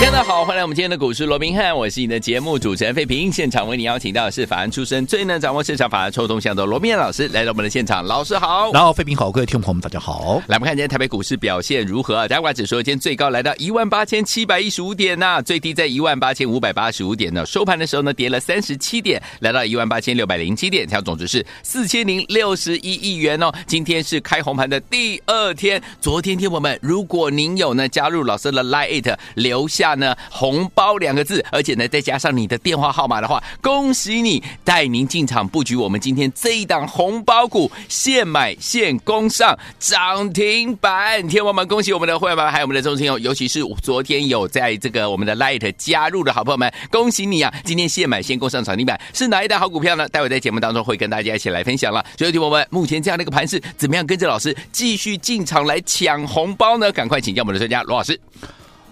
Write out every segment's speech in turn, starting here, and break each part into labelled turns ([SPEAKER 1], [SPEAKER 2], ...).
[SPEAKER 1] 大家好，欢迎来我们今天的股市罗宾汉，我是你的节目主持人费平。现场为你邀请到的是法案出身、最能掌握市场法案臭动向的罗宾汉老师来到我们的现场，老师好。
[SPEAKER 2] 然后，费平好，各位听众朋友们，大家好。
[SPEAKER 1] 来，我们看今天台北股市表现如何啊？加挂指数今天最高来到一万八千七百一十五点呐、最低在一万八千五百八十五点呢。收盘的时候呢，跌了三十七点，来到一万八千六百零七点，成交总值是四千零六十一亿元哦。今天是开红盘的第二天，昨天天友们，如果您有呢加入老师的 Line It，留下呢红包两个字，而且呢再加上你的电话号码的话，恭喜你，带您进场布局我们今天这一档红包股，现买现攻上涨停板。天王们，恭喜我们的会员们，还有我们的忠心哦，尤其是昨天有在这个我们的 Light 加入的好朋友们，恭喜你啊！今天现买现攻上涨停板是哪一档好股票呢？待会在节目当中会跟大家一起来分享了。所以，听我们，目前这样的一个盘势，怎么样跟着老师继续进场来抢红包呢？赶快请教我们的专家罗老师。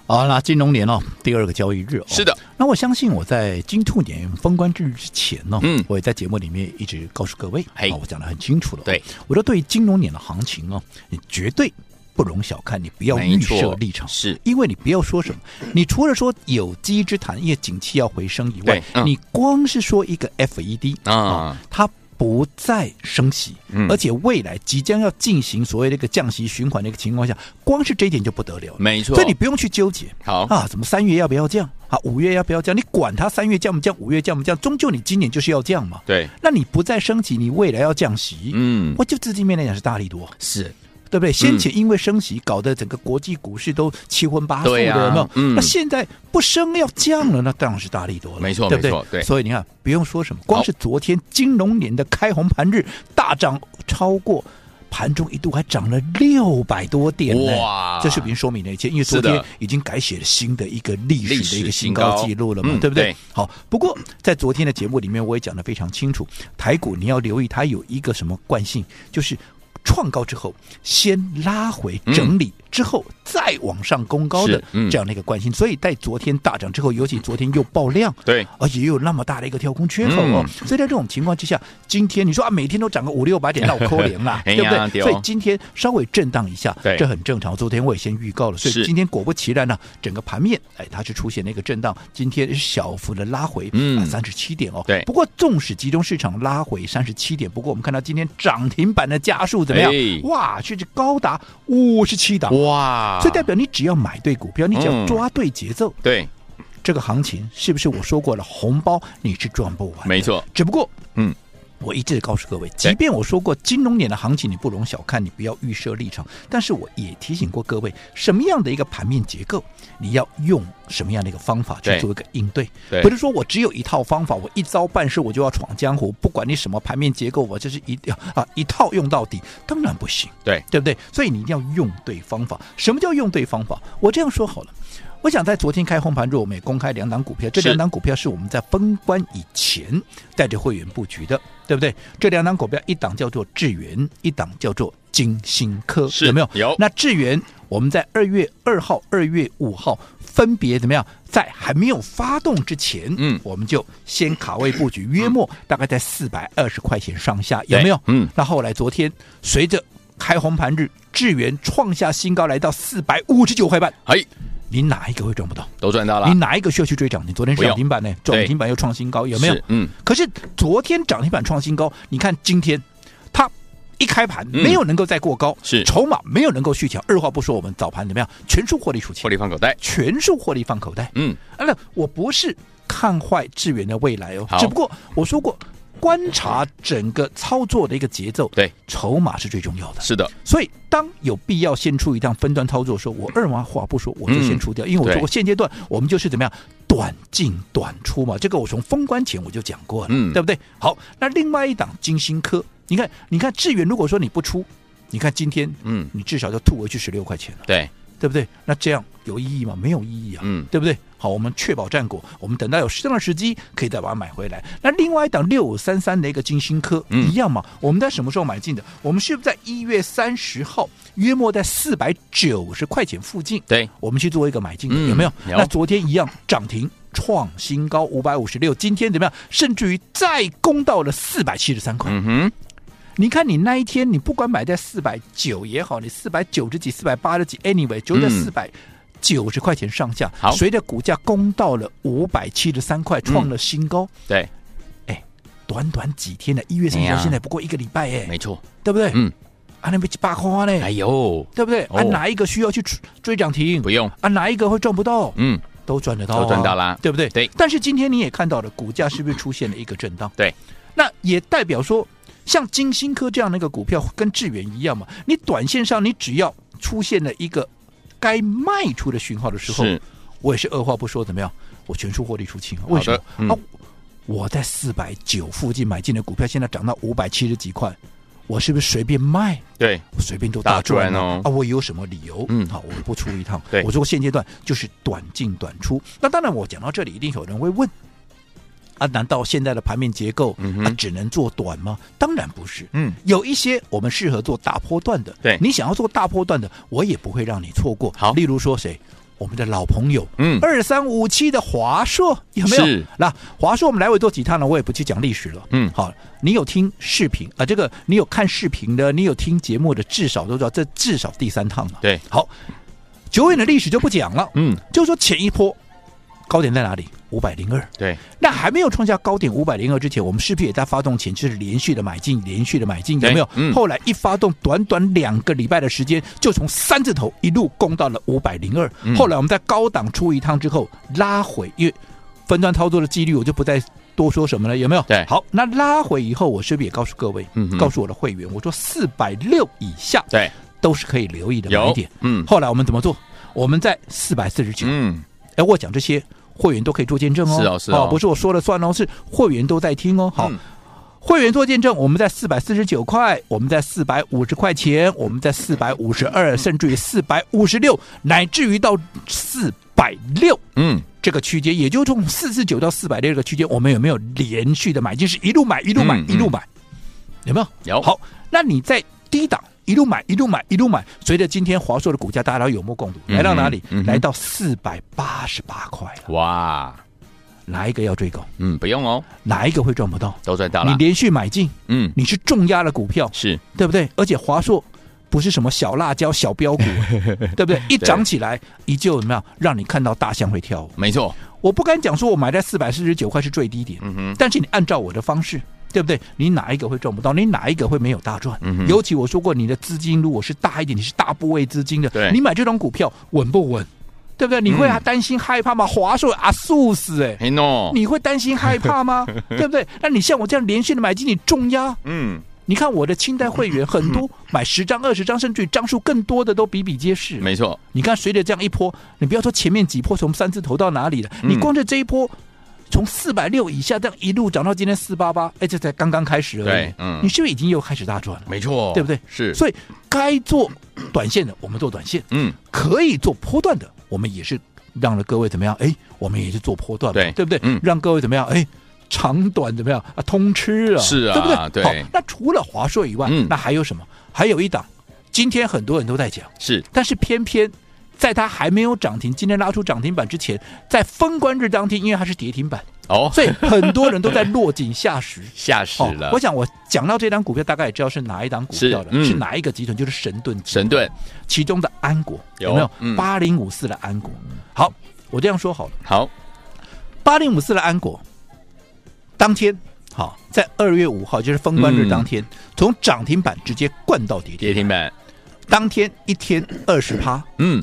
[SPEAKER 2] 好，那金融年哦，第二个交易日哦，
[SPEAKER 1] 是的，
[SPEAKER 2] 那我相信我在金兔年封关之日之前呢、
[SPEAKER 1] 嗯
[SPEAKER 2] 我也在节目里面一直告诉各位，
[SPEAKER 1] 嘿
[SPEAKER 2] 啊我讲的很清楚了、
[SPEAKER 1] 对，
[SPEAKER 2] 我说对金融年的行情哦，你绝对不容小看，你不要
[SPEAKER 1] 没
[SPEAKER 2] 预
[SPEAKER 1] 错
[SPEAKER 2] 设立场，
[SPEAKER 1] 是
[SPEAKER 2] 因为你不要说什么，你除了说有机之谈，因为景气要回升以
[SPEAKER 1] 对
[SPEAKER 2] 外，
[SPEAKER 1] 嗯
[SPEAKER 2] 你光是说一个 FED
[SPEAKER 1] 啊
[SPEAKER 2] 它。不再升息，
[SPEAKER 1] 嗯
[SPEAKER 2] 而且未来即将要进行所谓的一个降息循环的一个情况下，光是这一点就不得了了。
[SPEAKER 1] 没错
[SPEAKER 2] 所以你不用去纠结。
[SPEAKER 1] 好
[SPEAKER 2] 啊，什么三月要不要降啊，五月要不要降？你管它三月降不降，五月降不降，终究你今年就是要降嘛。
[SPEAKER 1] 对，
[SPEAKER 2] 那你不再升级，你未来要降息，
[SPEAKER 1] 嗯，
[SPEAKER 2] 我就资金面来讲是大力多。
[SPEAKER 1] 是
[SPEAKER 2] 对不对？
[SPEAKER 1] 嗯
[SPEAKER 2] 先前因为升息，搞得整个国际股市都七荤八素的，
[SPEAKER 1] 对啊
[SPEAKER 2] 有没有？
[SPEAKER 1] 嗯
[SPEAKER 2] 那现在不升要降了，那当然是大力多了，
[SPEAKER 1] 没错
[SPEAKER 2] 对不对
[SPEAKER 1] 没错对
[SPEAKER 2] 所以你看，不用说什么，光是昨天金融年的开红盘日大涨超过。盘中一度还涨了六百多点呢，
[SPEAKER 1] 哇
[SPEAKER 2] 这是不是说明了一切？因为
[SPEAKER 1] 是
[SPEAKER 2] 昨
[SPEAKER 1] 的
[SPEAKER 2] 天已经改写了新的一个历
[SPEAKER 1] 历
[SPEAKER 2] 史
[SPEAKER 1] 史
[SPEAKER 2] 的一个
[SPEAKER 1] 新
[SPEAKER 2] 新
[SPEAKER 1] 高
[SPEAKER 2] 高记录了嘛，
[SPEAKER 1] 嗯
[SPEAKER 2] 对不对？
[SPEAKER 1] 对
[SPEAKER 2] 好，不过在昨天的节目里面，我也讲得非常清楚，台股你要留意它有一个什么惯性，就是创高之后先拉回
[SPEAKER 1] 嗯
[SPEAKER 2] 整理。之后再往上攻高的
[SPEAKER 1] 是嗯
[SPEAKER 2] 这样的一个惯性，所以在昨天大涨之后，尤其昨天又爆量，
[SPEAKER 1] 对，，
[SPEAKER 2] 而且又有那么大的一个跳空缺口哦，所以在这种情况之下，今天你说啊，每天都涨个五六百点，那我扣零啦
[SPEAKER 1] 哎
[SPEAKER 2] 对不
[SPEAKER 1] 呀
[SPEAKER 2] 对？
[SPEAKER 1] 对哦
[SPEAKER 2] 所以今天稍微震荡一下，
[SPEAKER 1] 对
[SPEAKER 2] 这很正常。昨天我也先预告了，所
[SPEAKER 1] 是
[SPEAKER 2] 以今天果不其然呢、整个盘面哎，它是出现了一个震荡，今天是小幅的拉回，
[SPEAKER 1] 嗯
[SPEAKER 2] 啊，三十七点哦。
[SPEAKER 1] 对
[SPEAKER 2] 不过纵使集中市场拉回三十七点，不过我们看到今天涨停板的家数怎么样？
[SPEAKER 1] 哎
[SPEAKER 2] 哇，甚至高达五十七档。
[SPEAKER 1] 哇
[SPEAKER 2] 啊所以代表你只要买对股票，你只要
[SPEAKER 1] 嗯
[SPEAKER 2] 抓对节奏，
[SPEAKER 1] 对，
[SPEAKER 2] 这个行情是不是我说过了，红包你是赚不完的？
[SPEAKER 1] 没错
[SPEAKER 2] 只不过，
[SPEAKER 1] 嗯。
[SPEAKER 2] 我一直告诉各位，即便我说过金融年的行情你不容小看，你不要预设立场，但是我也提醒过各位，什么样的一个盘面结构，你要用什么样的一个方法去
[SPEAKER 1] 对
[SPEAKER 2] 做一个应对，
[SPEAKER 1] 对
[SPEAKER 2] 不是说我只有一套方法，我一招半式我就要闯江湖，不管你什么盘面结构，我就是一定要啊一套用到底，当然不行。
[SPEAKER 1] 对，
[SPEAKER 2] 对不对？所以你一定要用对方法。什么叫用对方法？我这样说好了，我想在昨天开红盘日，我们也公开两档股票，这
[SPEAKER 1] 是
[SPEAKER 2] 两档股票是我们在封关以前带着会员布局的，对不对？这两档股票，一档叫做智源，一档叫做金星科，
[SPEAKER 1] 是
[SPEAKER 2] 有没有？
[SPEAKER 1] 有
[SPEAKER 2] 那智源，我们在二月二号、二月五号分别怎么样？在还没有发动之前，
[SPEAKER 1] 嗯
[SPEAKER 2] 我们就先卡位布局，约莫大概在四百二十块钱上下，有没有？
[SPEAKER 1] 对嗯
[SPEAKER 2] 那后来昨天随着开红盘日，智源创下新高，来到四百五十九块半。
[SPEAKER 1] 嘿，
[SPEAKER 2] 你哪一个会赚不到？
[SPEAKER 1] 都赚到了
[SPEAKER 2] 你，哪一个需要去追涨停？昨天
[SPEAKER 1] 啊
[SPEAKER 2] 是
[SPEAKER 1] 不用
[SPEAKER 2] 涨停板呢，
[SPEAKER 1] 对
[SPEAKER 2] 涨停板又创新高，有没有
[SPEAKER 1] 是？嗯，
[SPEAKER 2] 可是昨天涨停板创新高，你看今天它一开盘
[SPEAKER 1] 嗯
[SPEAKER 2] 没有能够再过高，
[SPEAKER 1] 是
[SPEAKER 2] 筹码没有能够续强。二话不说，我们早盘怎么样？全数获利出
[SPEAKER 1] 获
[SPEAKER 2] 清，
[SPEAKER 1] 利放口袋，
[SPEAKER 2] 全数获利放口袋。
[SPEAKER 1] 嗯，
[SPEAKER 2] 啊，那我不是看坏智源的未来哦
[SPEAKER 1] 好，
[SPEAKER 2] 只不过我说过，观察整个操作的一个节奏，
[SPEAKER 1] 对，
[SPEAKER 2] 筹码是最重要的。
[SPEAKER 1] 是的，
[SPEAKER 2] 所以，当有必要先出一趟分段操作的时候，我二话话不说，我就先出掉，因为我说
[SPEAKER 1] 嗯对
[SPEAKER 2] 过现阶段我们就是怎么样短进短出嘛，这个我从封关前我就讲过了，
[SPEAKER 1] 嗯
[SPEAKER 2] 对不对？好，那另外一档金星科，你看，你看智远，如果说你不出，你看今天，
[SPEAKER 1] 嗯
[SPEAKER 2] 你至少要吐回去十六块钱了，
[SPEAKER 1] 对，
[SPEAKER 2] 对不对？那这样有意义吗？没有意义啊，
[SPEAKER 1] 嗯
[SPEAKER 2] 对不对？好，我们确保战果，我们等到有适当的时机，可以再把它买回来。那另外一档六五三三的一个金星科、
[SPEAKER 1] 嗯
[SPEAKER 2] 一样嘛，我们在什么时候买进的？我们是不是在一月三十号，约莫在四百九十块钱附近？
[SPEAKER 1] 对，
[SPEAKER 2] 我们去做一个买进的，
[SPEAKER 1] 嗯
[SPEAKER 2] 有没有？
[SPEAKER 1] 有
[SPEAKER 2] 那昨天一样涨停。创新高五百五十六，今天怎么样？甚至于再攻到了四百七十三块。
[SPEAKER 1] 嗯哼，
[SPEAKER 2] 你看你那一天，你不管买在四百九也好，你四百九十几、四百八十几，anyway，就在
[SPEAKER 1] 嗯
[SPEAKER 2] 四百九十块钱上下。
[SPEAKER 1] 好嗯
[SPEAKER 2] 随着股价攻到了五百七十三块，创了新高。
[SPEAKER 1] 对，
[SPEAKER 2] 短短几天的，一月三
[SPEAKER 1] 哎
[SPEAKER 2] 十
[SPEAKER 1] 呀
[SPEAKER 2] 号现在不过一个礼拜哎，
[SPEAKER 1] 没错，
[SPEAKER 2] 对不对？
[SPEAKER 1] 嗯，
[SPEAKER 2] 啊，那被八花呢，
[SPEAKER 1] 哎呦，
[SPEAKER 2] 对不对？啊
[SPEAKER 1] 哦，
[SPEAKER 2] 哪一个需要去追追涨停
[SPEAKER 1] 不？用，
[SPEAKER 2] 啊，哪一个会赚不到？
[SPEAKER 1] 嗯，
[SPEAKER 2] 都赚得到、啊，
[SPEAKER 1] 都赚到啦
[SPEAKER 2] 对不对？
[SPEAKER 1] 对
[SPEAKER 2] 但是今天你也看到了，股价是不是出现了一个震荡？
[SPEAKER 1] 对，
[SPEAKER 2] 那也代表说，像金星科这样的一个股票，跟智源一样嘛，你短线上你只要出现了一个该卖出的讯号的时候，
[SPEAKER 1] 是
[SPEAKER 2] 我也是二话不说，怎么样？我全数获利出清啊。为什么
[SPEAKER 1] 好的？嗯
[SPEAKER 2] 啊，我在四百九附近买进的股票，现在涨到五百七十几块，我是不是随便卖？
[SPEAKER 1] 对，
[SPEAKER 2] 我随便都大
[SPEAKER 1] 大
[SPEAKER 2] 赚了
[SPEAKER 1] 赚哦
[SPEAKER 2] 啊，我有什么理由？
[SPEAKER 1] 嗯
[SPEAKER 2] 好，我不出一趟。
[SPEAKER 1] 对
[SPEAKER 2] 我说现阶段就是短进短出。那当然，我讲到这里，一定有人会问。啊，难道现在的盘面结构、
[SPEAKER 1] 嗯哼
[SPEAKER 2] 啊只能做短吗？当然不是，
[SPEAKER 1] 嗯，
[SPEAKER 2] 有一些我们适合做大波段的，
[SPEAKER 1] 对
[SPEAKER 2] 你想要做大波段的，我也不会让你错过。
[SPEAKER 1] 好
[SPEAKER 2] 例如说谁，我们的老朋友，
[SPEAKER 1] 嗯
[SPEAKER 2] 二三五七的华硕有没
[SPEAKER 1] 是
[SPEAKER 2] 有？那华硕我们来回做几趟呢？我也不去讲历史了，
[SPEAKER 1] 嗯
[SPEAKER 2] 好，你有听视频啊、这个你有看视频的，你有听节目的，至少都知道这至少第三趟了。
[SPEAKER 1] 对，
[SPEAKER 2] 好，久远的历史就不讲了，
[SPEAKER 1] 嗯，
[SPEAKER 2] 就说前一波高点在哪里？五百零二。
[SPEAKER 1] 对，嗯
[SPEAKER 2] 那还没有创下高点五百零二之前，我们是不是也在发动前就是连续的买进，连续的买进，
[SPEAKER 1] 对
[SPEAKER 2] 有没有？
[SPEAKER 1] 嗯
[SPEAKER 2] 后来一发动，短短两个礼拜的时间，就从三字头一路攻到了五百零二
[SPEAKER 1] 嗯。
[SPEAKER 2] 后来我们在高档出一趟之后拉回，因为分段操作的纪律，我就不再多说什么了，有没有？
[SPEAKER 1] 对
[SPEAKER 2] 好，那拉回以后，我是不是也告诉各位，
[SPEAKER 1] 嗯哼
[SPEAKER 2] 告诉我的会员，我说四百六以下
[SPEAKER 1] 对，
[SPEAKER 2] 都是可以留意的买
[SPEAKER 1] 有
[SPEAKER 2] 点。，
[SPEAKER 1] 嗯，
[SPEAKER 2] 后来我们怎么做？我们在四百四十九，
[SPEAKER 1] 嗯，
[SPEAKER 2] 哎，我讲这些会员都可以做见证哦。
[SPEAKER 1] 是哦是哦
[SPEAKER 2] 不是我说了算哦，是会员都在听哦。好，
[SPEAKER 1] 嗯
[SPEAKER 2] 会员做见证，我们在四百四十九块，我们在四百五十块钱，我们在四百五十二，甚至于四百五十六，乃至于到四百六。
[SPEAKER 1] 嗯，
[SPEAKER 2] 这个区间，也就从四四九到四百六这个区间，我们有没有连续的买进？就是一路买，一路买，
[SPEAKER 1] 嗯
[SPEAKER 2] 一路买，有没有？
[SPEAKER 1] 有，，
[SPEAKER 2] 好，那你在低档一路买，一路买，一路买，随着今天华硕的股价，大家都有目共睹，
[SPEAKER 1] 嗯哼
[SPEAKER 2] 来到哪里？
[SPEAKER 1] 嗯哼
[SPEAKER 2] 来到四百八十八块了。
[SPEAKER 1] 哇，
[SPEAKER 2] 哪一个要追高？
[SPEAKER 1] 嗯，不用哦，
[SPEAKER 2] 哪一个会赚不到？
[SPEAKER 1] 都赚到
[SPEAKER 2] 你
[SPEAKER 1] 了，
[SPEAKER 2] 连续买进，
[SPEAKER 1] 嗯，
[SPEAKER 2] 你是重压的股票，
[SPEAKER 1] 是，
[SPEAKER 2] 对不对？而且华硕不是什么小辣椒、小 标股，对不对？一涨起来，依旧怎么样？让你看到大象会跳舞。
[SPEAKER 1] 没错，
[SPEAKER 2] 我不敢讲说我买在四百四十九块是最低点，
[SPEAKER 1] 嗯哼，
[SPEAKER 2] 但是你按照我的方式，对不对？你哪一个会赚不到？你哪一个会没有大赚？
[SPEAKER 1] 嗯哼
[SPEAKER 2] 尤其我说过，你的资金如果是大一点，你是大部位资金的，
[SPEAKER 1] 对
[SPEAKER 2] 你买这种股票稳不稳？对不对？你会
[SPEAKER 1] 嗯
[SPEAKER 2] 担心害怕吗？华硕啊，素死 哎、
[SPEAKER 1] 黑诺，
[SPEAKER 2] 你会担心害 怕吗？对不对？那你像我这样连续的买进，你重压，
[SPEAKER 1] 嗯，
[SPEAKER 2] 你看我的清代会员很 多，买十张、二十张，甚至于张数更多的都比比皆是。
[SPEAKER 1] 没错，
[SPEAKER 2] 你看，随着这样一波，你不要说前面几波从三字头到哪里了，
[SPEAKER 1] 嗯
[SPEAKER 2] 你光是这一波从四百六以下这样一路涨到今天四八八，哎，这才刚刚开始而已。
[SPEAKER 1] 对嗯
[SPEAKER 2] 你是不是已经又开始大赚了？
[SPEAKER 1] 没错，
[SPEAKER 2] 对不对
[SPEAKER 1] 是，
[SPEAKER 2] 所以该做短线的，我们做短线；
[SPEAKER 1] 嗯，
[SPEAKER 2] 可以做波段的，我们也是让了各位怎么样？哎，我们也是做波段嘛，
[SPEAKER 1] 对
[SPEAKER 2] 对不对？
[SPEAKER 1] 嗯
[SPEAKER 2] 让各位怎么样？哎。长短怎么样啊？通吃啊，
[SPEAKER 1] 是啊
[SPEAKER 2] 对不
[SPEAKER 1] 对
[SPEAKER 2] 对？好，那除了华硕以外，
[SPEAKER 1] 嗯
[SPEAKER 2] 那还有什么？还有一档，今天很多人都在讲，
[SPEAKER 1] 是，
[SPEAKER 2] 但是偏偏在它还没有涨停，今天拉出涨停板之前，在封关日当天，因为它是跌停板，
[SPEAKER 1] 哦，
[SPEAKER 2] 所以很多人都在落井 下石。哦
[SPEAKER 1] 吓死了
[SPEAKER 2] 我，想我讲到这张股票，大概也知道是哪一档股票
[SPEAKER 1] 是
[SPEAKER 2] 了，
[SPEAKER 1] 嗯
[SPEAKER 2] 是哪一个集团，就是神盾集团
[SPEAKER 1] 神盾，
[SPEAKER 2] 其中的安国
[SPEAKER 1] 有
[SPEAKER 2] 没
[SPEAKER 1] 嗯
[SPEAKER 2] 有？八零五四的安国，好，我这样说好了，
[SPEAKER 1] 好，
[SPEAKER 2] 八零五四的安国，当天好，在二月五号就是封关日
[SPEAKER 1] 嗯
[SPEAKER 2] 当天，从涨停板直接灌到跌停，
[SPEAKER 1] 跌停板，
[SPEAKER 2] 当天一天二十趴，
[SPEAKER 1] 嗯，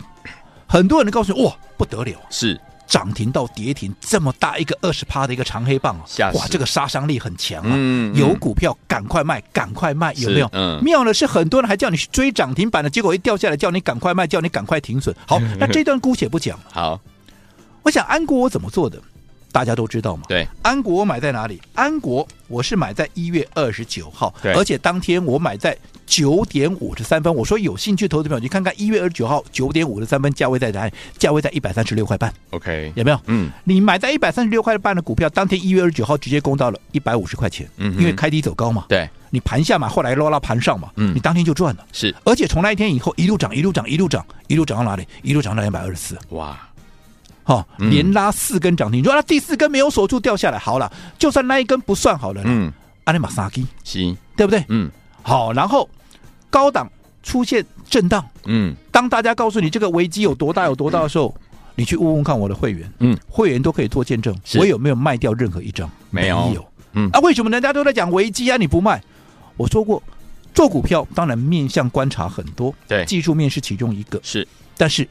[SPEAKER 2] 很多人都告诉你哇不得了，啊
[SPEAKER 1] 是，
[SPEAKER 2] 涨停到跌停这么大一个二十趴的一个长黑棒啊
[SPEAKER 1] 吓，死
[SPEAKER 2] 哇，这个杀伤力很强啊！
[SPEAKER 1] 嗯
[SPEAKER 2] 有
[SPEAKER 1] 嗯
[SPEAKER 2] 股票赶快卖，赶快卖，有没有
[SPEAKER 1] 是？嗯
[SPEAKER 2] 妙的是，很多人还叫你去追涨停板的，结果一掉下来，叫你赶快卖，叫你赶快停损。好，那这段姑且不讲了。
[SPEAKER 1] 好，
[SPEAKER 2] 我想安国我怎么做的？大家都知道嘛。
[SPEAKER 1] 对，
[SPEAKER 2] 安国我买在哪里？安国我是买在一月二十九号，
[SPEAKER 1] 对
[SPEAKER 2] 而且当天我买在九点五十三分。我说有兴趣投资朋友，你看看一月二十九号九点五十三分价位在哪里？价位在一百三十六块半，
[SPEAKER 1] ，OK，
[SPEAKER 2] 有没有？
[SPEAKER 1] 嗯，
[SPEAKER 2] 你买在一百三十六块半的股票，当天一月二十九号直接攻到了一百五十块钱，
[SPEAKER 1] 嗯哼
[SPEAKER 2] 因为开低走高嘛，
[SPEAKER 1] 对，
[SPEAKER 2] 你盘下嘛，后来落到盘上嘛，
[SPEAKER 1] 嗯
[SPEAKER 2] 你当天就赚了，
[SPEAKER 1] 是，
[SPEAKER 2] 而且从那一天以后一路涨，一路涨，一路涨，一路涨到哪里？一路涨到两百二十四，
[SPEAKER 1] 哇，
[SPEAKER 2] 哈，
[SPEAKER 1] 嗯
[SPEAKER 2] 连拉四根涨停。你说那第四根没有锁住掉下来，好了，就算那一根不算好了，
[SPEAKER 1] 嗯，
[SPEAKER 2] 阿里马萨基，
[SPEAKER 1] 行，
[SPEAKER 2] 对不对？
[SPEAKER 1] 嗯
[SPEAKER 2] 好，然后高档出现震荡，
[SPEAKER 1] 嗯，
[SPEAKER 2] 当大家告诉你这个危机有多大有多大的时候，你去问问看我的会员，
[SPEAKER 1] 嗯，
[SPEAKER 2] 会员都可以做见证，
[SPEAKER 1] 是
[SPEAKER 2] 我有没有卖掉任何一张？
[SPEAKER 1] 没有嗯
[SPEAKER 2] 啊，为什么人家都在讲危机啊，你不卖？我说过，做股票当然面向观察很多，
[SPEAKER 1] 对，
[SPEAKER 2] 技术面是其中一个，
[SPEAKER 1] 是
[SPEAKER 2] 但是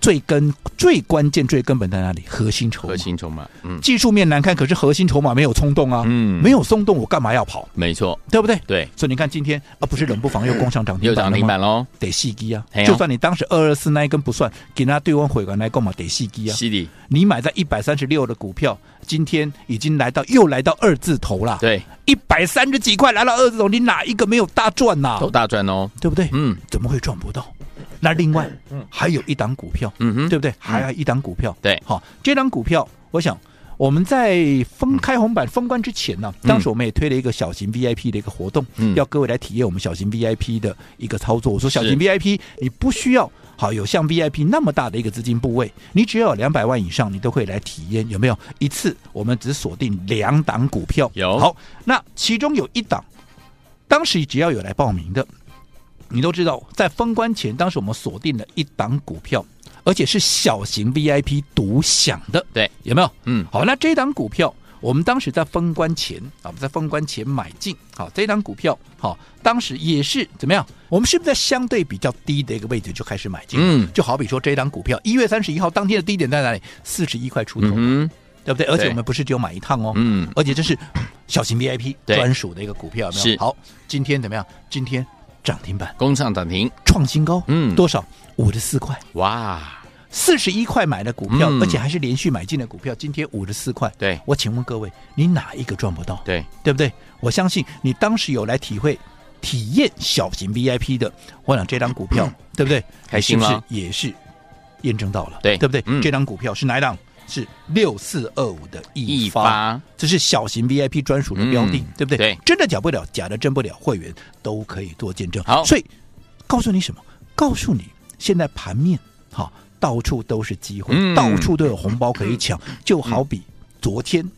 [SPEAKER 2] 最根最关键最根本在哪里？核心筹码
[SPEAKER 1] 核。心筹码，嗯
[SPEAKER 2] 技术面难看，可是核心筹码没有冲动啊，
[SPEAKER 1] 嗯
[SPEAKER 2] 没有松动，我干嘛要跑？
[SPEAKER 1] 没错，
[SPEAKER 2] 对不对？
[SPEAKER 1] 对，
[SPEAKER 2] 所以你看今天啊，不是冷不防又攻上涨
[SPEAKER 1] 又
[SPEAKER 2] 停板
[SPEAKER 1] 涨
[SPEAKER 2] 了
[SPEAKER 1] 停
[SPEAKER 2] 吗？
[SPEAKER 1] 板喽，
[SPEAKER 2] 得细机啊
[SPEAKER 1] 嘿！啊
[SPEAKER 2] 就算你当时二二四那一根不算，给那对方回过来购嘛，得细机啊！
[SPEAKER 1] 犀利，
[SPEAKER 2] 你买在一百三十六的股票，今天已经来到又来到二字头啦，
[SPEAKER 1] 对，
[SPEAKER 2] 一百三十几块来到二字头，你哪一个没有大赚呐、
[SPEAKER 1] 都大赚哦，
[SPEAKER 2] 对不对？
[SPEAKER 1] 嗯
[SPEAKER 2] 怎么会赚不到？那另外，还有一档股票，
[SPEAKER 1] 嗯哼，
[SPEAKER 2] 对不对？还有一档股票，
[SPEAKER 1] 对
[SPEAKER 2] 好，这档股票，我想我们在封开红板封关之前呢、
[SPEAKER 1] 嗯
[SPEAKER 2] 当时我们也推了一个小型 VIP 的一个活动，
[SPEAKER 1] 嗯
[SPEAKER 2] 要各位来体验我们小型 VIP 的一个操作。我说小
[SPEAKER 1] 是
[SPEAKER 2] 型 VIP 你不需要。好，有像 VIP 那么大的一个资金部位，你只要有两百万以上，你都可以来体验，有没有？一次我们只锁定两档股票，
[SPEAKER 1] 有
[SPEAKER 2] 好，那其中有一档，当时只要有来报名的，你都知道，在封关前，当时我们锁定了一档股票，而且是小型 VIP 独享的，
[SPEAKER 1] 对，
[SPEAKER 2] 有没有？
[SPEAKER 1] 嗯
[SPEAKER 2] 好，那这档股票，我们当时在封关前啊，我们在封关前买进，好，这档股票，好，当时也是怎么样？我们是不是在相对比较低的一个位置就开始买进？
[SPEAKER 1] 嗯
[SPEAKER 2] 就好比说这档股票，一月三十一号当天的低点在哪里？四十一块出头，
[SPEAKER 1] 嗯哼，
[SPEAKER 2] 对不对？而且
[SPEAKER 1] 对
[SPEAKER 2] 我们不是只有买一趟哦，
[SPEAKER 1] 嗯，
[SPEAKER 2] 而且这是小型 VIP
[SPEAKER 1] 对
[SPEAKER 2] 专属的一个股票，有没
[SPEAKER 1] 是
[SPEAKER 2] 有？好，今天怎么样？今天涨停板
[SPEAKER 1] 攻上涨停，
[SPEAKER 2] 创新高，
[SPEAKER 1] 嗯
[SPEAKER 2] 多少？五十四块，
[SPEAKER 1] 哇，
[SPEAKER 2] 四十一块买的股票，
[SPEAKER 1] 嗯
[SPEAKER 2] 而且还是连续买进的股票，今天五十四块。
[SPEAKER 1] 对
[SPEAKER 2] 我请问各位，你哪一个赚不到？
[SPEAKER 1] 对，
[SPEAKER 2] 对不对？我相信你当时有来体会。体验小型 VIP 的，我想这张股票，对不对？
[SPEAKER 1] 嗯开心
[SPEAKER 2] 你
[SPEAKER 1] 了
[SPEAKER 2] 是不是也是验证到了，
[SPEAKER 1] 对
[SPEAKER 2] 对不对？
[SPEAKER 1] 嗯
[SPEAKER 2] 这张股票是哪一档？是六四二五的
[SPEAKER 1] 一
[SPEAKER 2] 易发，
[SPEAKER 1] 发
[SPEAKER 2] 这是小型 VIP 专属的标的，
[SPEAKER 1] 嗯
[SPEAKER 2] 对不对？
[SPEAKER 1] 对
[SPEAKER 2] 真的假不了，假的真不了，会员都可以做见证。
[SPEAKER 1] 好
[SPEAKER 2] 所以告诉你什么？告诉你，现在盘面好、到处都是机会，
[SPEAKER 1] 嗯
[SPEAKER 2] 到处都有红包可以抢，就好比昨天。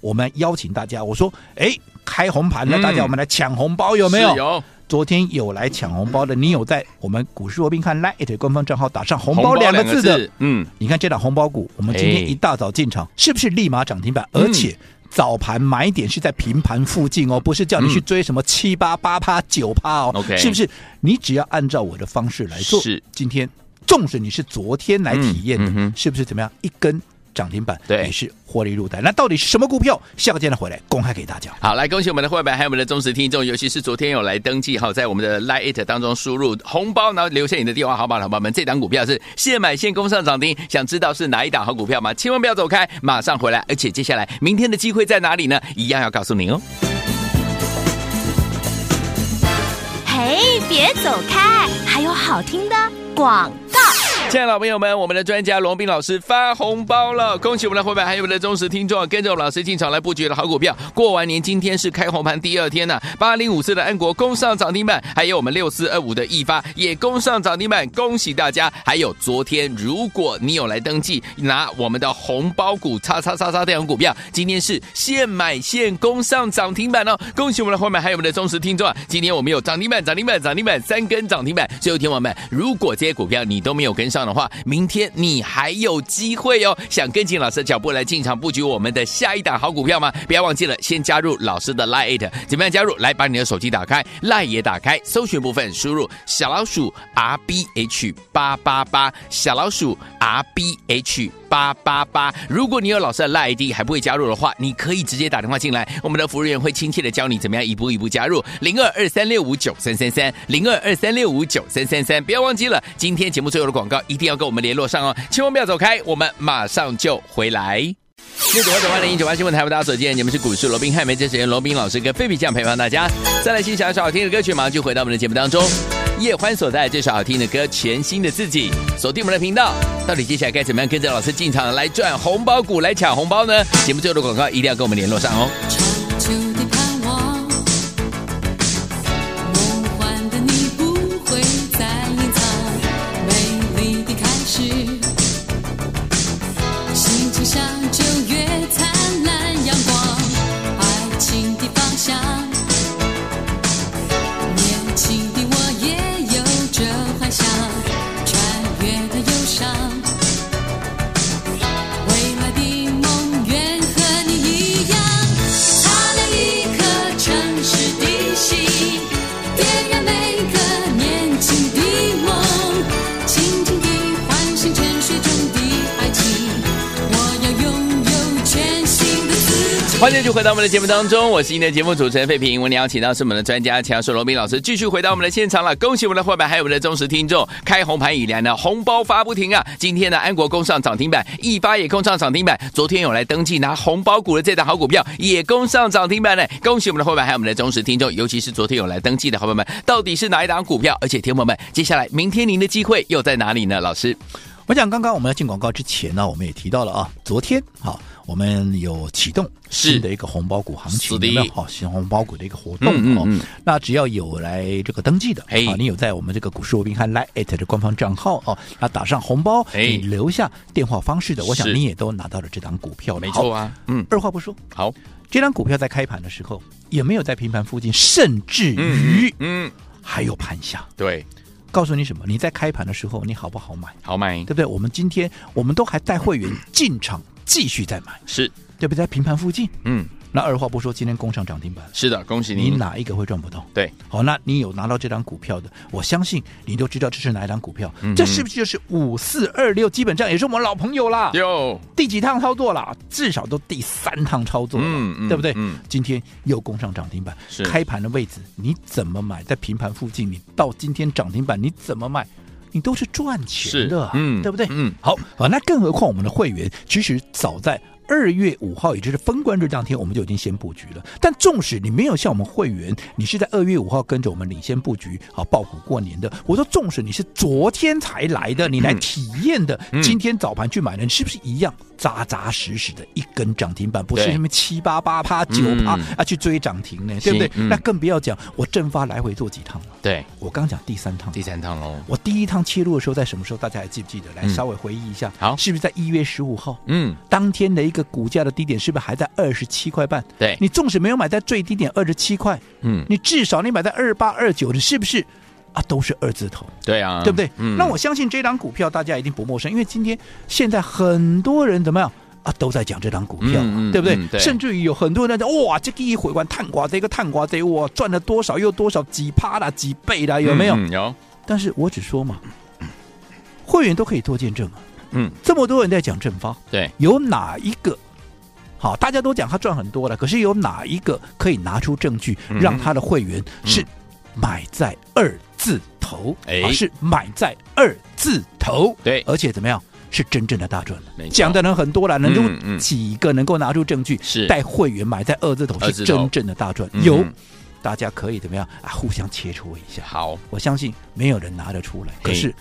[SPEAKER 2] 我们邀请大家，我说，哎，开红盘了，
[SPEAKER 1] 嗯
[SPEAKER 2] 大家我们来抢红包，有没有？
[SPEAKER 1] 是有，
[SPEAKER 2] 昨天有来抢红包的，你有在我们股市罗宾汉 Lite 官方账号打上“红
[SPEAKER 1] 红
[SPEAKER 2] 包”
[SPEAKER 1] 包
[SPEAKER 2] 两个
[SPEAKER 1] 字
[SPEAKER 2] 字的，
[SPEAKER 1] 嗯，
[SPEAKER 2] 你看这档红包股，我们今
[SPEAKER 1] 哎
[SPEAKER 2] 天一大早进场，是不是立马涨停板？
[SPEAKER 1] 嗯
[SPEAKER 2] 而且早盘买点是在平盘附近哦，不是叫你去追什么七八八趴、九趴哦
[SPEAKER 1] OK
[SPEAKER 2] 是不是？你只要按照我的方式来做，
[SPEAKER 1] 是
[SPEAKER 2] 今天，纵使你是昨天来体验的，
[SPEAKER 1] 嗯嗯哼
[SPEAKER 2] 是不是怎么样一根？涨停板
[SPEAKER 1] 对
[SPEAKER 2] 也是获利入袋，那到底是什么股票？下个阶段回来公开给大家。
[SPEAKER 1] 好，来恭喜我们的会员，还有我们的忠实听众，尤其是昨天有来登记，好，在我们的 Lite It 当中输入红包，然后留下你的电话号码，好宝宝们，这档股票是现买现攻上涨停，想知道是哪一档好股票吗？千万不要走开，马上回来，而且接下来明天的机会在哪里呢？一样要告诉您哦。
[SPEAKER 3] 嘿，别走开，还有好听的广告。
[SPEAKER 1] 亲爱的老朋友们，我们的专家龙斌老师发红包了，恭喜我们的伙伴，还有我们的忠实听众，跟着我们老师进场来布局的好股票。过完年，今天是开红盘第二天呢、八零五四的安国攻上涨停板，还有我们六四二五的易发也攻上涨停板，恭喜大家！还有昨天，如果你有来登记拿我们的红包股叉叉叉叉这种股票，今天是现买现攻上涨停板哦，恭喜我们的伙伴，还有我们的忠实听众啊！今天我们有涨停板、涨停板、涨停板三根涨停板，所以听我们，如果这些股票你都没有跟上的话，明天你还有机会哦。想跟紧老师的脚步来进场布局我们的下一档好股票吗？不要忘记了，先加入老师的 Line，怎么样加入？来把你的手机打开，Line 也打开，搜寻部分输入小老鼠 R B H 八八八，小老鼠 R B H。八八八。如果你有老师的 l ID 还不会加入的话，你可以直接打电话进来，我们的服务员会亲切的教你怎么样一步一步加入零二二三六五九三三三零二二三六五九三三三。不要忘记了，今天节目最后的广告一定要跟我们联络上哦，千万不要走开，我们马上就回来。六九八九八零一九八新闻台为大家所见，你们是股市罗宾汉，没这时间罗宾老师跟费比酱陪伴大家。再来欣赏一首好听的歌曲，马上就回到我们的节目当中。叶欢所带来这首好听的歌《全新的自己》，锁定我们的频道。到底接下来该怎么样跟着老师进场来赚红包股，来抢红包呢？节目最后的广告一定要跟我们联络上哦。
[SPEAKER 4] 长久的盼望，梦幻的你不会再隐藏，美丽的开始，心情像九月灿烂阳光，爱情的方向，年轻的我也有着幻想，穿越的忧伤。未来的梦愿和你一样，擦亮一颗诚实的心，点燃每个年轻的梦，轻轻地唤醒沉睡中的爱情。我要拥有全新的自己。
[SPEAKER 1] 欢迎就回到我们的节目当中，我是您的节目主持人费平。我们邀请到是我们的专家强硕罗宾老师，继续回到我们的现场了。恭喜我们的伙伴，还有我们的忠实听众。开红盘以来呢，红包发不停啊！今天呢，安国攻上涨停板，一发也攻上涨停板。昨天有来登记拿红包股的这档好股票也攻上涨停板呢。恭喜我们的伙伴，还有我们的忠实听众，尤其是昨天有来登记的伙伴们，到底是哪一档股票？而且，听众朋友们，接下来明天您的机会又在哪里呢？老师，
[SPEAKER 2] 我想刚刚我们要进广告之前呢、我们也提到了啊，昨天好，我们有启动
[SPEAKER 1] 是
[SPEAKER 2] 新的一个红包股行情，
[SPEAKER 1] 是的
[SPEAKER 2] 有没有好新红包股的一个活动
[SPEAKER 1] 嗯嗯
[SPEAKER 2] 哦。
[SPEAKER 1] 嗯
[SPEAKER 2] 那只要有来这个登记的，
[SPEAKER 1] 嘿
[SPEAKER 2] 啊，你有在我们这个股市罗宾汉 Line at 的官方账号哦，那打上红包，
[SPEAKER 1] 哎
[SPEAKER 2] 你留下电话方式的，我想
[SPEAKER 1] 是
[SPEAKER 2] 你也都拿到了这档股票了，
[SPEAKER 1] 没错
[SPEAKER 2] 好。
[SPEAKER 1] 啊，嗯，
[SPEAKER 2] 二话不说，
[SPEAKER 1] 好，
[SPEAKER 2] 这张股票在开盘的时候也没有在平盘附近，甚至于
[SPEAKER 1] 嗯，
[SPEAKER 2] 还有盘下。
[SPEAKER 1] 对，
[SPEAKER 2] 告诉你什么？你在开盘的时候，你好不好买？
[SPEAKER 1] 好买
[SPEAKER 2] 对不对？我们今天我们都还带会员进场继续再买，
[SPEAKER 1] 是，
[SPEAKER 2] 对不对？在平盘附近，
[SPEAKER 1] 嗯，
[SPEAKER 2] 那二话不说，今天攻上涨停板了，
[SPEAKER 1] 是的，恭喜
[SPEAKER 2] 你
[SPEAKER 1] 您。
[SPEAKER 2] 哪一个会赚不到？
[SPEAKER 1] 对，
[SPEAKER 2] 好，那你有拿到这张股票的，我相信你都知道这是哪一张股票，
[SPEAKER 1] 嗯哼
[SPEAKER 2] 这是不是就是五四二六？基本上也是我们老朋友啦，
[SPEAKER 1] 有，
[SPEAKER 2] 第几趟操作啦？至少都第三趟操作了，
[SPEAKER 1] 嗯嗯
[SPEAKER 2] 对不对？
[SPEAKER 1] 嗯
[SPEAKER 2] 今天又攻上涨停板
[SPEAKER 1] 是，
[SPEAKER 2] 开盘的位置你怎么买？在平盘附近，你到今天涨停板你怎么卖？你都是赚钱的啊，
[SPEAKER 1] 是嗯
[SPEAKER 2] 对不对？
[SPEAKER 1] 嗯，
[SPEAKER 2] 好啊，那更何况我们的会员，其实早在二月五号，也就是封关日当天，我们就已经先布局了。但纵使你没有像我们会员，你是在二月五号跟着我们领先布局，好爆股过年的，我说纵使你是昨天才来的，你来体验的，
[SPEAKER 1] 嗯
[SPEAKER 2] 今天早盘去买的，你是不是一样扎扎实实的一根涨停板，不是
[SPEAKER 1] 对
[SPEAKER 2] 什么七八八趴、九趴
[SPEAKER 1] 嗯
[SPEAKER 2] 啊去追涨停呢？对不对
[SPEAKER 1] 行？嗯
[SPEAKER 2] 那更不要讲，我正发来回做几趟了，
[SPEAKER 1] 对，
[SPEAKER 2] 我刚讲第三趟，
[SPEAKER 1] 第三趟喽。
[SPEAKER 2] 我第一趟切入的时候在什么时候？大家还记不记得？来
[SPEAKER 1] 嗯
[SPEAKER 2] 稍微回忆一下，
[SPEAKER 1] 好
[SPEAKER 2] 是不是在一月十五号？
[SPEAKER 1] 嗯，
[SPEAKER 2] 当天的一个股价的低点是不是还在二十七块半？
[SPEAKER 1] 对，
[SPEAKER 2] 你纵使没有买在最低点二十七块，
[SPEAKER 1] 哎嗯，
[SPEAKER 2] 你至少你买在二八二九，你是不是啊？都是二字头，
[SPEAKER 1] 对啊，
[SPEAKER 2] 对不对？
[SPEAKER 1] 嗯，
[SPEAKER 2] 那我相信这档股票大家一定不陌生，因为今天现在很多人怎么样？啊，都在讲这档股票，
[SPEAKER 1] 嗯嗯
[SPEAKER 2] 对不对？
[SPEAKER 1] 嗯对
[SPEAKER 2] 甚至于有很多人在讲，哇，这个一回关探瓜这个探瓜这个，哇，赚了多少又多少，几趴啦，几倍啦，有没有？
[SPEAKER 1] 嗯嗯有，
[SPEAKER 2] 但是我只说嘛，会员都可以做见证啊。
[SPEAKER 1] 嗯，
[SPEAKER 2] 这么多人在讲正方，
[SPEAKER 1] 对，
[SPEAKER 2] 有哪一个？好，大家都讲他赚很多了，可是有哪一个可以拿出证据，
[SPEAKER 1] 嗯
[SPEAKER 2] 让他的会员是
[SPEAKER 1] 嗯
[SPEAKER 2] 买在二字头？
[SPEAKER 1] 哎
[SPEAKER 2] 啊是买在二字头。
[SPEAKER 1] 对
[SPEAKER 2] 而且怎么样？是真正的大赚了
[SPEAKER 1] 没，错
[SPEAKER 2] 讲的人很多了，能够
[SPEAKER 1] 嗯嗯
[SPEAKER 2] 几个能够拿出证据，
[SPEAKER 1] 是
[SPEAKER 2] 带会员买在二字头
[SPEAKER 1] 二字
[SPEAKER 2] 是
[SPEAKER 1] 头
[SPEAKER 2] 真正的大赚，
[SPEAKER 1] 嗯
[SPEAKER 2] 有
[SPEAKER 1] 嗯，
[SPEAKER 2] 大家可以怎么样啊？互相切磋一下，
[SPEAKER 1] 好，
[SPEAKER 2] 我相信没有人拿得出来。
[SPEAKER 1] 嘿
[SPEAKER 2] 可是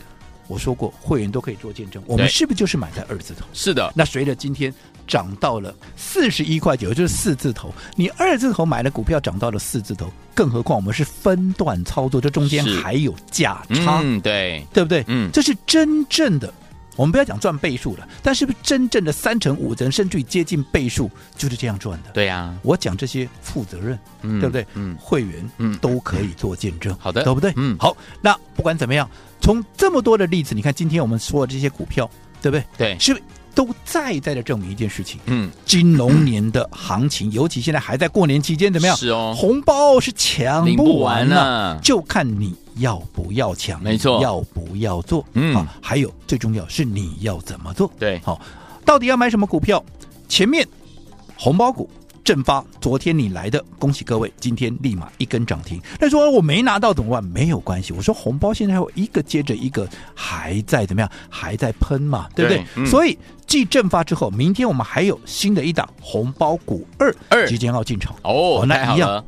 [SPEAKER 2] 我说过，会员都可以做见证，我们
[SPEAKER 1] 对
[SPEAKER 2] 是不是就是买在二字头？
[SPEAKER 1] 是的，
[SPEAKER 2] 那随着今天涨到了四十一块九，就是四字头，你二字头买的股票涨到了四字头，更何况我们是分段操作，这中间
[SPEAKER 1] 是
[SPEAKER 2] 还有价差，
[SPEAKER 1] 嗯，对，
[SPEAKER 2] 对不对？
[SPEAKER 1] 嗯
[SPEAKER 2] 这是真正的。我们不要讲赚倍数了，但是不是真正的三成、五成，甚至于接近倍数，就是这样赚的。
[SPEAKER 1] 对啊，
[SPEAKER 2] 我讲这些负责任，
[SPEAKER 1] 嗯
[SPEAKER 2] 对不对？
[SPEAKER 1] 嗯
[SPEAKER 2] 会员
[SPEAKER 1] 嗯
[SPEAKER 2] 都可以做见证，
[SPEAKER 1] 好的
[SPEAKER 2] 对不对？
[SPEAKER 1] 嗯
[SPEAKER 2] 好，那不管怎么样，从这么多的例子，你看今天我们说的这些股票，对不对？
[SPEAKER 1] 对，
[SPEAKER 2] 是不是都再再的证明一件事情：
[SPEAKER 1] 嗯，
[SPEAKER 2] 金龙年的行情，尤其现在还在过年期间，怎么样？
[SPEAKER 1] 是哦
[SPEAKER 2] 红包是抢
[SPEAKER 1] 领
[SPEAKER 2] 不
[SPEAKER 1] 不
[SPEAKER 2] 完啊
[SPEAKER 1] 完啊
[SPEAKER 2] 呢、
[SPEAKER 1] 呢，
[SPEAKER 2] 就看你要不要抢，
[SPEAKER 1] 没错
[SPEAKER 2] 你要不要做？
[SPEAKER 1] 嗯
[SPEAKER 2] 啊，还有最重要是你要怎么做？
[SPEAKER 1] 对
[SPEAKER 2] 好，到底要买什么股票？前面红包股正发，昨天你来的，恭喜各位，今天立马一根涨停。那说我没拿到怎么办？没有关系，我说红包现在还有一个接着一个还在怎么样，还在喷嘛，对不对？
[SPEAKER 1] 对嗯
[SPEAKER 2] 所以继正发之后，明天我们还有新的一档红包股二
[SPEAKER 1] 二
[SPEAKER 2] 即将要进场
[SPEAKER 1] 哦，太
[SPEAKER 2] 那
[SPEAKER 1] 好
[SPEAKER 2] 一样
[SPEAKER 1] 了，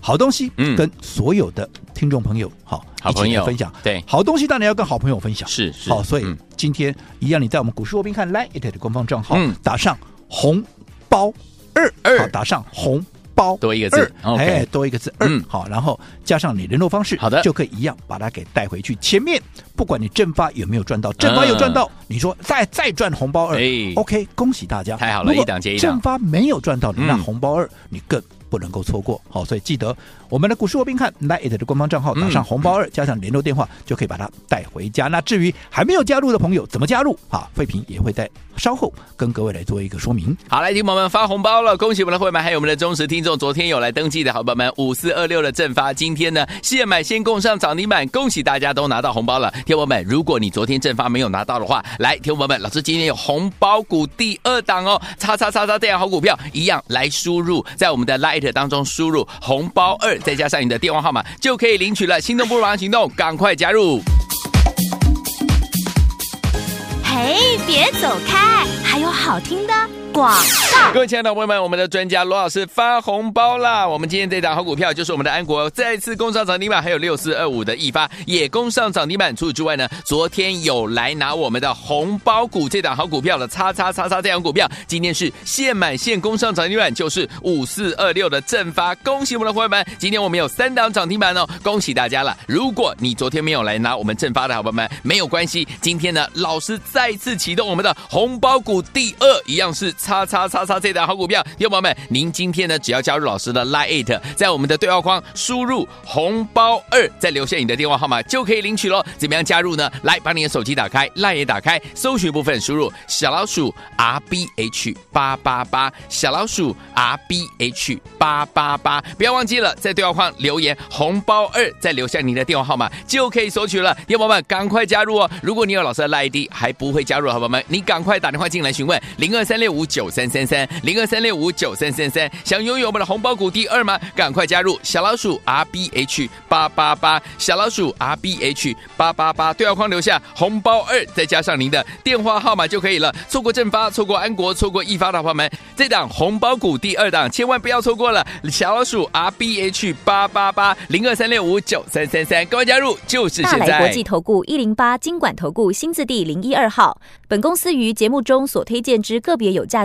[SPEAKER 2] 好东西，
[SPEAKER 1] 嗯
[SPEAKER 2] 跟所有的听众朋友好，
[SPEAKER 1] 好
[SPEAKER 2] 一起
[SPEAKER 1] 朋
[SPEAKER 2] 来
[SPEAKER 1] 友
[SPEAKER 2] 分享，
[SPEAKER 1] 对
[SPEAKER 2] 好东西当然要跟好朋友分享，
[SPEAKER 1] 是是
[SPEAKER 2] 好，所以
[SPEAKER 1] 嗯
[SPEAKER 2] 今天一样，你在我们股市罗宾看 Line It 的官方账号
[SPEAKER 1] 嗯
[SPEAKER 2] 打上红包二
[SPEAKER 1] 二
[SPEAKER 2] 好打上红。包
[SPEAKER 1] 多一个字
[SPEAKER 2] 二
[SPEAKER 1] OK
[SPEAKER 2] 哎，多一个字二
[SPEAKER 1] 嗯，
[SPEAKER 2] 好，然后加上你联络方式，
[SPEAKER 1] 好的
[SPEAKER 2] 就可以一样把它给带回去。前面不管你正发有没有赚到，正发有赚到，你说再再赚红包二
[SPEAKER 1] 嗯哎
[SPEAKER 2] ，OK，恭喜大家，
[SPEAKER 1] 太好了
[SPEAKER 2] 如果
[SPEAKER 1] 一档接一档
[SPEAKER 2] 正发没有赚到的，
[SPEAKER 1] 嗯
[SPEAKER 2] 那红包二你更不能够错过。好，所以记得我们的股市罗宾看 Lite 的官方账号，打上
[SPEAKER 1] 嗯
[SPEAKER 2] 红包二、加上联络电话，就可以把它带回家。那至于还没有加入的朋友，怎么加入啊？费平也会在稍后跟各位来做一个说明。
[SPEAKER 1] 好，来，听众朋友们发红包了，恭喜我们的会员，还有我们的忠实听众，昨天有来登记的好朋友们，五四二六的正发，今天呢现买现供上涨停板，恭喜大家都拿到红包了。听众朋友们，如果你昨天正发没有拿到的话，来，听众朋友们，老师今天有红包股第二档哦，叉叉叉叉这样好股票一样来输入，在我们的 Light 当中输入红包二，再加上你的电话号码，就可以领取了。心动不如马上行动，赶快加入。
[SPEAKER 3] 嘿，别走开，还有好听的广。
[SPEAKER 1] 各位亲爱的朋友们，我们的专家罗老师发红包啦！我们今天这档好股票就是我们的安国再次攻上涨停板，还有六四二五的易发也攻上涨停板。除此之外呢，昨天有来拿我们的红包股这档好股票的叉叉叉叉这档股票，今天是现买现攻上涨停板，就是五四二六的正发。恭喜我们的伙伴们，今天我们有三档涨停板哦，恭喜大家了！如果你昨天没有来拿我们正发的好朋友们，没有关系，今天呢，老师再次启动我们的红包股第二，一样是叉叉叉叉这档好股票。听众朋友们，您今天呢，只要加入老师的 Line It，在我们的对话框输入红包二，再留下你的电话号码就可以领取喽。怎么样加入呢？来，把你的手机打开，Line 也打开，搜寻部分输入小老鼠 R B H 八八八，小老鼠 R B H 八八八，不要忘记了在对话框留言红包二，再留下你的电话号码就可以索取了。听众朋友们，赶快加入哦！如果你有老师的 Line ID 还不会加入，的好朋友们，你赶快打电话进来询问零二三六五九三三三零二三六五九三三三，想拥有我们的红包股第二吗？赶快加入小老鼠 R B H 八八八，小老鼠 R B H 八八八，对话框留下红包二，再加上您的电话号码就可以了。错过正发，错过安国，错过易发的好朋友们，这档红包股第二档千万不要错过了。小老鼠 R B H 八八八零二三六五九三三三，赶快加入，就是
[SPEAKER 5] 大
[SPEAKER 1] 现
[SPEAKER 5] 来
[SPEAKER 1] 在。
[SPEAKER 5] 国际投顾一零八金管投顾新字第零一二号。本公司于节目中所推荐之个别有价